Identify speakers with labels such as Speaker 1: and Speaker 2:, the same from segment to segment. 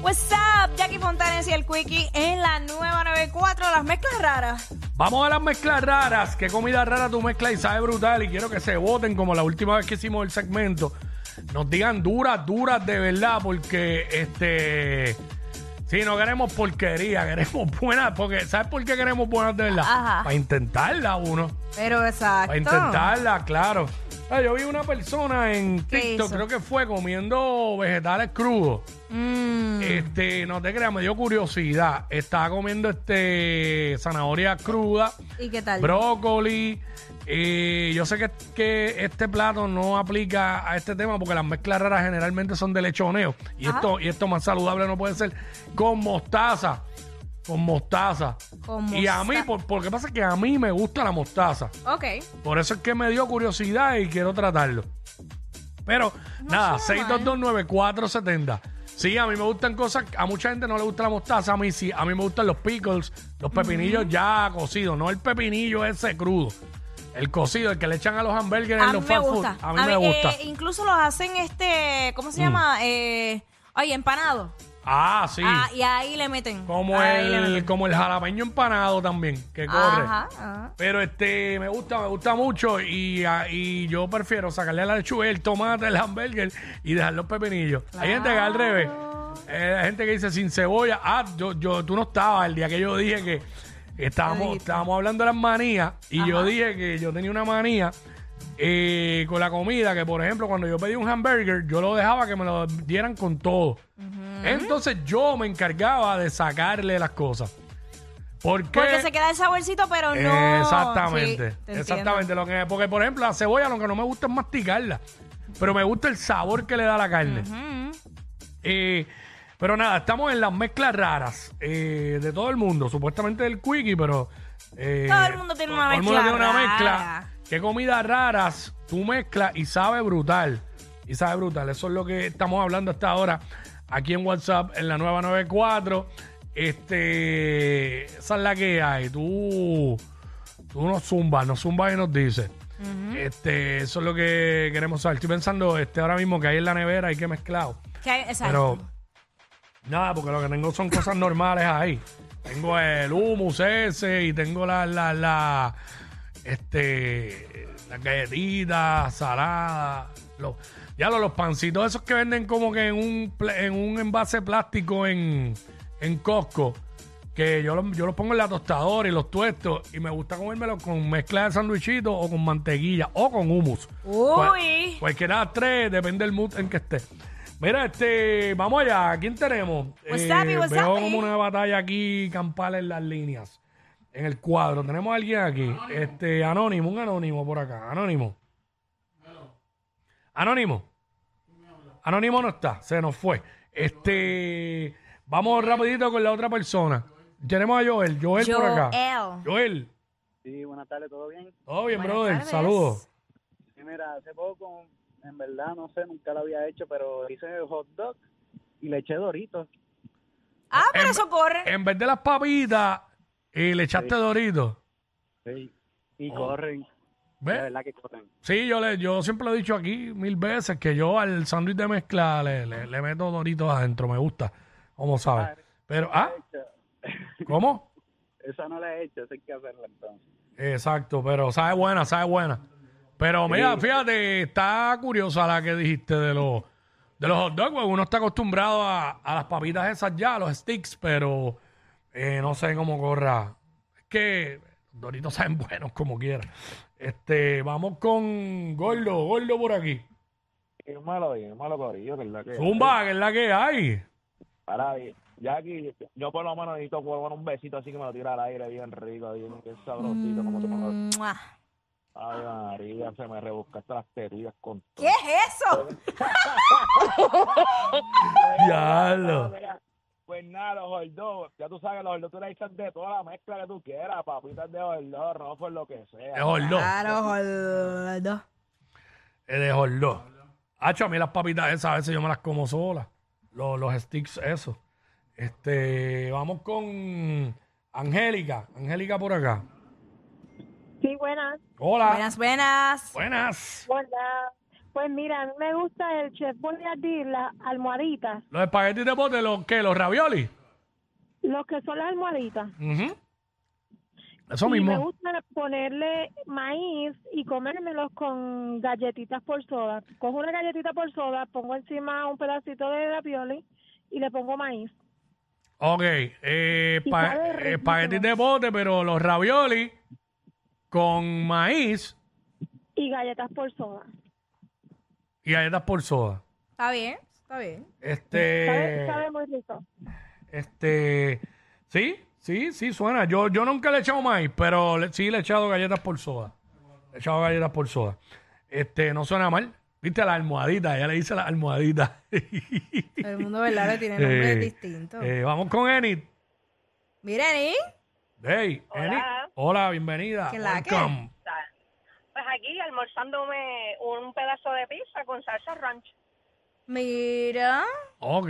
Speaker 1: What's up, Jackie Fontanes y el Quickie en la nueva 94, las mezclas raras.
Speaker 2: Vamos a las mezclas raras. ¿Qué comida rara tú mezclas y sabe brutal? Y quiero que se voten como la última vez que hicimos el segmento. Nos digan duras, duras de verdad, porque este. Sí, no queremos porquería, queremos buenas. Porque, ¿Sabes por qué queremos buenas de verdad?
Speaker 1: Ajá.
Speaker 2: Para intentarla uno.
Speaker 1: Pero exacto.
Speaker 2: Para intentarla, claro. Ah, Yo vi una persona en
Speaker 1: ¿Qué
Speaker 2: TikTok,
Speaker 1: hizo?
Speaker 2: creo que fue comiendo vegetales crudos.
Speaker 1: Mm,
Speaker 2: Este, no te creas, me dio curiosidad. Estaba comiendo este zanahoria cruda.
Speaker 1: ¿Y qué tal?
Speaker 2: brócoli. eh, yo sé que, que este plato no aplica a este tema porque las mezclas raras generalmente son de lechoneo. Y esto, y esto más saludable no puede ser. Con mostaza. Con mostaza.
Speaker 1: Con
Speaker 2: Y a mí,
Speaker 1: mosta-
Speaker 2: por- porque pasa que a mí me gusta la mostaza.
Speaker 1: Ok.
Speaker 2: Por eso es que me dio curiosidad y quiero tratarlo. Pero, nada,
Speaker 1: suena mal.
Speaker 2: 6229470. Sí, a mí me gustan cosas, a mucha gente no le gusta la mostaza, a mí sí, a mí me gustan los pickles, los pepinillos ya cocidos, no el pepinillo ese crudo. El cocido, el que le echan a los hamburgues
Speaker 1: A
Speaker 2: en
Speaker 1: mí
Speaker 2: los
Speaker 1: me
Speaker 2: fast food.
Speaker 1: gusta.
Speaker 2: A mí me gusta. Mm.
Speaker 1: eh, incluso los hacen este, ¿cómo se llama? Eh, ay, empanado.
Speaker 2: ah, sí.
Speaker 1: Ah, y ahí le meten.
Speaker 2: como,
Speaker 1: Ahí le
Speaker 2: el,
Speaker 1: meten.
Speaker 2: como el jalapeño empanado también, que corre.
Speaker 1: Ajá, ajá.
Speaker 2: Pero este, me gusta, me gusta mucho y, ah, y yo prefiero sacarle la lechuga, el tomate, el hamburger y dejar los pepinillos. Hay gente que es al revés. Eh, hay gente que dice sin cebolla. Ah, yo, yo, tú no estabas el día que yo dije que estábamos, estábamos hablando de las manías y yo dije que yo tenía una manía eh, con la comida, que por ejemplo cuando yo pedí un hamburger, yo lo dejaba que me lo dieran con todo. Entonces yo me encargaba de sacarle las cosas. Porque,
Speaker 1: Porque se queda el saborcito, pero no.
Speaker 2: Exactamente.
Speaker 1: Sí, te entiendo.
Speaker 2: exactamente. Lo que, porque, por ejemplo, la cebolla lo que no me gusta es masticarla. Pero me gusta el sabor que le da la carne. Eh, pero nada, estamos en las mezclas raras eh, de todo el mundo. Supuestamente del Quickie, pero. eh,
Speaker 1: Todo el mundo tiene una
Speaker 2: todo el mundo
Speaker 1: mezcla
Speaker 2: tiene una
Speaker 1: rara.
Speaker 2: mezcla. ¿Qué comidas raras tú mezclas y sabe brutal? Y sabe brutal. Eso es lo que estamos hablando hasta ahora aquí en WhatsApp, en la nueva 94. Este, esa es la que hay. Tú, tú nos zumbas, nos zumbas y nos dices. Este, eso es lo que queremos saber. Estoy pensando este, ahora mismo que hay en la nevera y que he mezclado.
Speaker 1: Que hay- exacto.
Speaker 2: Pero nada, porque lo que tengo son cosas normales ahí. Tengo el humus ese y tengo la, la, la este, las galletitas, saladas, los, ya lo- los pancitos esos que venden como que en un, pla- en un envase plástico en, en Costco. Que yo los, yo los pongo en la tostadora y los tuesto y me gusta comérmelos con mezcla de sandwichitos o con mantequilla o con hummus.
Speaker 1: Uy.
Speaker 2: Cual- cualquiera de las tres, depende del mood en que esté. Mira, este, vamos allá, ¿a quién tenemos?
Speaker 1: What's up, y what's
Speaker 2: veo
Speaker 1: up,
Speaker 2: como
Speaker 1: eh?
Speaker 2: una batalla aquí campal en las líneas, en el cuadro. Tenemos a alguien aquí, este, anónimo, un anónimo por acá, anónimo. Anónimo. Anónimo no está, se nos fue. Este, vamos rapidito con la otra persona. Tenemos a Joel, Joel, por acá.
Speaker 1: Joel.
Speaker 2: Joel,
Speaker 3: Sí, buenas tardes, ¿todo bien?
Speaker 2: todo bien,
Speaker 1: Buenas
Speaker 2: brother,
Speaker 1: tardes.
Speaker 2: saludos.
Speaker 3: Sí, mira, hace poco, en verdad, no sé, nunca lo había hecho, pero hice hot dog y le eché doritos.
Speaker 1: Ah, pero
Speaker 2: Em-
Speaker 1: eso corre.
Speaker 2: En vez de las papitas, eh, le echaste doritos.
Speaker 3: Sí.
Speaker 2: Oh.
Speaker 3: Y corren, la
Speaker 2: ¿Ves?
Speaker 3: verdad que corren.
Speaker 2: Sí, yo, le, yo siempre lo he dicho aquí mil veces que yo al sándwich de mezcla le, le- le meto doritos adentro, me gusta, como sabes. Pero, ah, ¿cómo?
Speaker 3: Esa no la he hecho, esa hay que hacerla entonces.
Speaker 2: Exacto, pero sabe buena, sabe buena. Pero mira, fíjate, está curiosa la que dijiste de los De los hot dogs, pues, uno está acostumbrado a, a las papitas esas ya, a los sticks, pero eh, no sé cómo corra. Es que los doritos saben buenos como quiera. Este, vamos con Gordo, Gordo por aquí.
Speaker 3: Es malo, es malo, Corillo, que es la que.
Speaker 2: Zumba, que es la que hay.
Speaker 3: Para, Jackie, yo por lo menos necesito por lo menos un besito así que me lo tira al aire bien rico, bien que es sabrosito, como te pongo.
Speaker 1: Mm, Mua.
Speaker 3: Ay, María, se me rebuscaste las tetillas con
Speaker 1: ¿Qué
Speaker 3: todo.
Speaker 1: es eso?
Speaker 2: Diablo.
Speaker 3: Pues nada, los hordos, ya tú sabes, los hordos tú le echas de toda la mezcla que tú quieras, papitas de hordos, rofos, lo que
Speaker 2: Es
Speaker 3: sea.
Speaker 2: gordo.
Speaker 1: Claro, gordo.
Speaker 2: Es de gordo. Hacho, a mí las papitas esas a veces yo me las como sola. Los, los sticks esos. Este, vamos con Angélica. Angélica por acá.
Speaker 4: Sí, buenas.
Speaker 2: Hola.
Speaker 1: Buenas, buenas.
Speaker 2: Buenas.
Speaker 4: Hola. Pues mira, a mí me gusta el chef Boyardee, las almohaditas,
Speaker 2: Los espaguetis de bote, los que, los ravioli.
Speaker 4: los que son las almohaditas.
Speaker 2: Ujú. Eso
Speaker 4: Y me
Speaker 2: mismo.
Speaker 4: gusta ponerle maíz y comérmelos con galletitas por soda. Cojo una galletita por soda, pongo encima un pedacito de ravioli y le pongo maíz.
Speaker 2: Ok. eh,
Speaker 4: Y
Speaker 2: pa-
Speaker 4: sabe riquísimo.
Speaker 2: espaguetis de bote, pero los ravioli con maíz
Speaker 4: Y galletas por soda.
Speaker 2: y galletas por soda.
Speaker 1: Está bien, está bien.
Speaker 2: Este.
Speaker 4: Sabe, sabe muy rico.
Speaker 2: Este, sí, sí, sí, suena. Yo, yo nunca le he echado maíz, pero le- sí le he echado galletas por soda. Le he echado galletas por soda. Este, no suena mal. Viste la almohadita, ella le dice la almohadita.
Speaker 1: El mundo verdad le tiene
Speaker 2: Eh,
Speaker 1: nombres distintos.
Speaker 2: eh, vamos con Enid.
Speaker 1: Miren, ¿eh?
Speaker 2: Hey,
Speaker 5: Hola.
Speaker 2: Enid. Hola, bienvenida.
Speaker 1: ¿Qué la que?
Speaker 2: Welcome.
Speaker 5: Pues aquí almorzándome un pedazo de pizza con salsa ranch.
Speaker 1: Mira,
Speaker 2: Ok,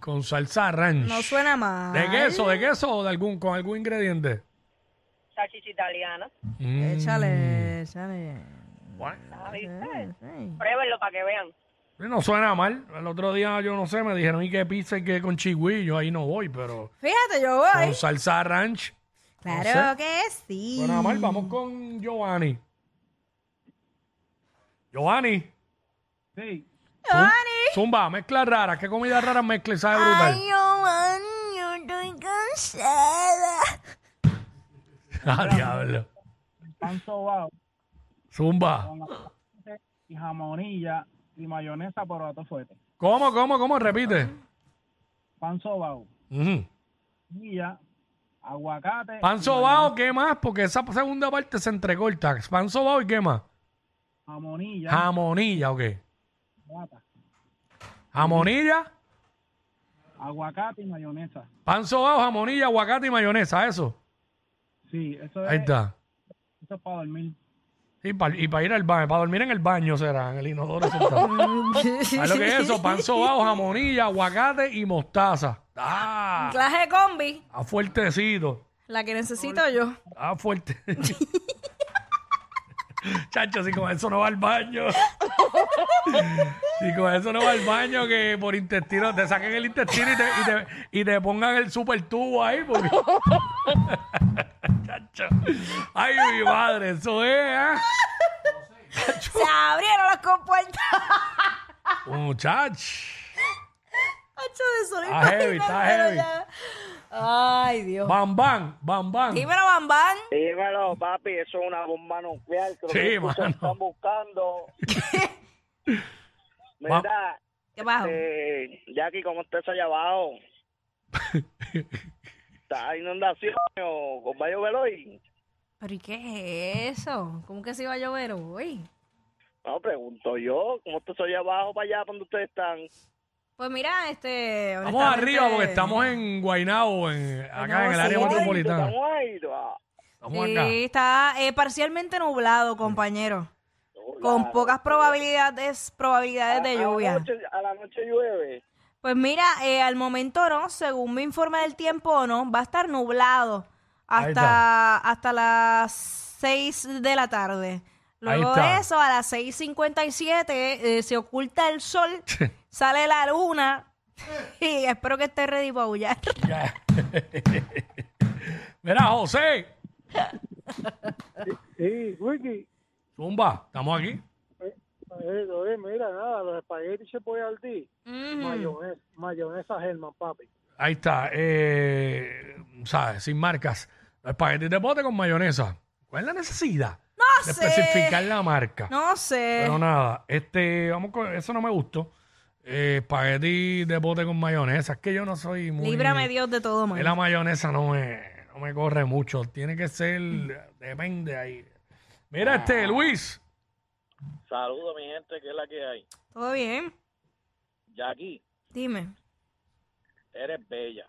Speaker 2: con salsa ranch.
Speaker 1: no suena mal.
Speaker 2: ¿De queso, de queso o de algún, con algún ingrediente?
Speaker 5: Salchicha italiana.
Speaker 1: Échale, échale.
Speaker 2: Mm, bueno.
Speaker 5: Ah, ¿viste?
Speaker 1: Sí.
Speaker 5: Pruébenlo para que vean.
Speaker 2: No suena mal. El otro día, yo no sé, me dijeron, ¿y qué pizza y qué con chigüí? Yo ahí no voy, pero...
Speaker 1: Fíjate, yo voy.
Speaker 2: Con salsa ranch.
Speaker 1: Claro
Speaker 2: sé.
Speaker 1: que sí.
Speaker 2: Bueno, Amar, vamos con Giovanni. Giovanni,
Speaker 3: Sí,
Speaker 1: Giovanni.
Speaker 2: zumba, mezcla rara. ¿Qué comida rara mezcla y sabe
Speaker 1: Ay,
Speaker 2: brutal?
Speaker 1: Giovanni, yo estoy cansada.
Speaker 2: Ah, diablo.
Speaker 3: pan sobao
Speaker 2: Zumba.
Speaker 3: y jamonilla y mayonesa por rato fuerte.
Speaker 2: ¿Cómo, cómo, cómo? Repite.
Speaker 3: Pan sobao,
Speaker 2: Ujú.
Speaker 3: guía, aguacate.
Speaker 2: Pan
Speaker 3: y
Speaker 2: sobao, ¿qué más? Porque esa segunda parte se entrecorta. Pan sobao y qué más?
Speaker 3: mayo- Jamonilla,
Speaker 2: Ah. Jamonilla, ok.
Speaker 3: aguacate,
Speaker 2: Jamonilla,
Speaker 3: aguacate y mayonesa.
Speaker 2: pan sobao, jamonilla, aguacate y mayonesa, eso.
Speaker 3: Sí, eso
Speaker 2: Ahí
Speaker 3: es,
Speaker 2: está.
Speaker 3: eso es para dormir.
Speaker 2: Y para ir al baño, para dormir en el baño será, en el inodoro sentado. ¿Sabes lo que es eso? Pan sobao, jamonilla, aguacate y mostaza. ¡Ah!
Speaker 1: Clase de combi,
Speaker 2: Está fuertecito.
Speaker 1: la que necesito yo.
Speaker 2: Está Ah, fuerte. Chacho, si con eso no va al baño. si con eso no va al baño, que por intestino te saquen el intestino y te, y te- y te pongan el super tubo ahí. Porque... Chacho. Ay, mi madre, eso es, ¿eh?
Speaker 1: Se abrieron las compuertas.
Speaker 2: Muchach.
Speaker 1: Hacho de sol,
Speaker 2: Está heavy, está
Speaker 1: imagínate,
Speaker 2: heavy.
Speaker 1: ya. Ay, Dios.
Speaker 2: Bam, bam, bam, bam.
Speaker 1: Dímelo, Bambán.
Speaker 3: Dímelo, papi, eso es una bomba nuclear. Creo
Speaker 2: Sí,
Speaker 3: que
Speaker 2: mano.
Speaker 3: se están buscando.
Speaker 2: Va-
Speaker 3: Mira,
Speaker 1: ¿Qué bajo?
Speaker 3: eh, Jackie, ¿cómo usted se ha llevado? ¿Está inundación o con Bayo Veloy?
Speaker 1: ¿Pero y qué es eso? ¿Cómo que se iba a llover hoy?
Speaker 3: No, pregunto yo, ¿cómo usted se ha llevado para allá donde ustedes están?
Speaker 1: Pues mira, este.
Speaker 2: Vamos
Speaker 1: honestamente-
Speaker 2: arriba porque estamos en Guaynabo, en, acá en el área
Speaker 1: sí.
Speaker 2: metropolitana.
Speaker 3: Estamos ahí, ah,
Speaker 2: Estamos acá.
Speaker 1: Sí, está eh, parcialmente nublado, compañero. Con pocas probabilidades, probabilidades
Speaker 6: Ah,
Speaker 1: de
Speaker 3: A la
Speaker 1: lluvia.
Speaker 3: noche, a la noche llueve.
Speaker 1: Pues mira, eh, al momento no, según mi informe del tiempo no, va a estar nublado
Speaker 2: Ahí
Speaker 1: hasta, hasta las 6 de la tarde. Luego
Speaker 2: Ahí está.
Speaker 1: de eso, a las 6.57 eh, se oculta el sol, sale la luna y espero que esté ready para aullar.
Speaker 2: Ya. Mira, José.
Speaker 3: Sí, Wiki,
Speaker 2: Zumba, estamos aquí.
Speaker 6: Eh, oye, mira, nada, los espaguetis se puede al día.
Speaker 1: Mm.
Speaker 6: Mayonesa, mayonesa Germán, papi.
Speaker 2: Ahí está. Eh, ¿Sabes? Sin marcas. Los espaguetis de bote con mayonesa. ¿Cuál es la necesidad?
Speaker 1: No
Speaker 2: de
Speaker 1: sé.
Speaker 2: especificar la marca.
Speaker 1: No sé.
Speaker 2: Pero nada, este, vamos con, eso no me gustó. Eh, espagueti de bote con mayonesa. Es que yo no soy muy.
Speaker 1: Líbrame Dios de todo mal.
Speaker 2: Y la mayonesa no me, no me corre mucho. Tiene que ser. Depende ahí. Mira, este, Luis.
Speaker 3: Saludos, mi gente, que es la que hay.
Speaker 1: ¿Todo bien?
Speaker 3: Jackie,
Speaker 1: Dime.
Speaker 3: eres bella.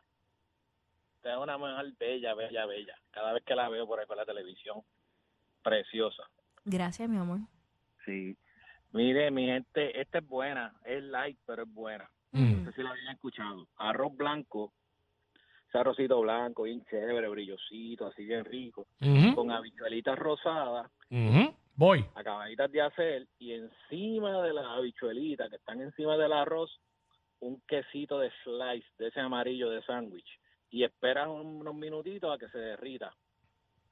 Speaker 3: Te es una mujer bella, bella, bella. Cada vez que la veo por ahí por la televisión, preciosa.
Speaker 1: Gracias, mi amor.
Speaker 3: Sí. Mire, mi gente, esta es buena. Es light, pero es buena.
Speaker 2: Mm.
Speaker 3: No sé si la habían escuchado. Arroz blanco. Ese arrocito blanco, bien chévere, brillosito, así bien rico.
Speaker 2: Ujú,
Speaker 3: Con habichuelitas rosadas,
Speaker 2: ujú. Voy.
Speaker 3: acabaditas de hacer. Y encima de las habichuelitas que están encima del arroz, un quesito de slice, de ese amarillo de sándwich. Y esperas un- unos minutitos a que se derrita.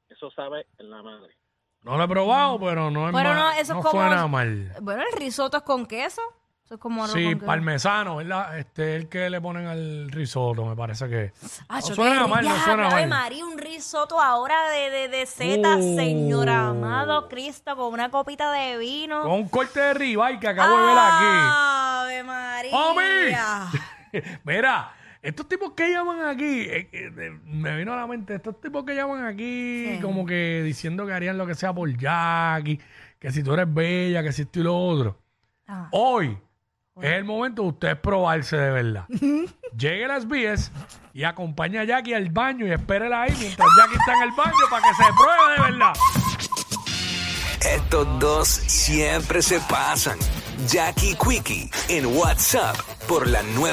Speaker 3: Eso sabe en la madre.
Speaker 2: No lo he probado, pero no es
Speaker 1: Pero
Speaker 2: mal-
Speaker 1: no, eso es como-
Speaker 2: suena mal.
Speaker 1: Bueno, el risotto es con queso. Eso es como arroz
Speaker 2: Sí,
Speaker 1: con queso.
Speaker 2: parmesano, ¿verdad? Este, el que le ponen al risotto, me parece que.
Speaker 1: Ah,
Speaker 2: No
Speaker 1: yo
Speaker 2: suena
Speaker 1: qué-
Speaker 2: mal, no
Speaker 1: ya,
Speaker 2: suena
Speaker 1: Ave
Speaker 2: mal.
Speaker 1: María, un risotto ahora de, de, de seta,
Speaker 2: Uh.
Speaker 1: señora amado Cristo, con una copita de vino.
Speaker 2: Con un corte de ribeye que acabo de ver
Speaker 1: Ah,
Speaker 2: aquí.
Speaker 1: Ave María.
Speaker 2: ¡Homie! Mira, estos tipos que llaman aquí, eh, eh, eh, me vino a la mente, estos tipos que llaman aquí
Speaker 1: Sí.
Speaker 2: como que diciendo que harían lo que sea por Jackie, que si tú eres bella, que si esto y lo otro.
Speaker 1: Ah.
Speaker 2: Hoy es el momento de ustedes probarse de verdad. Llegue a las 10 y acompaña a Jackie al baño y espérela ahí mientras Jackie está en el baño para que se pruebe de verdad.
Speaker 7: Estos dos siempre se pasan. Jackie Quickie en WhatsApp por la nueva.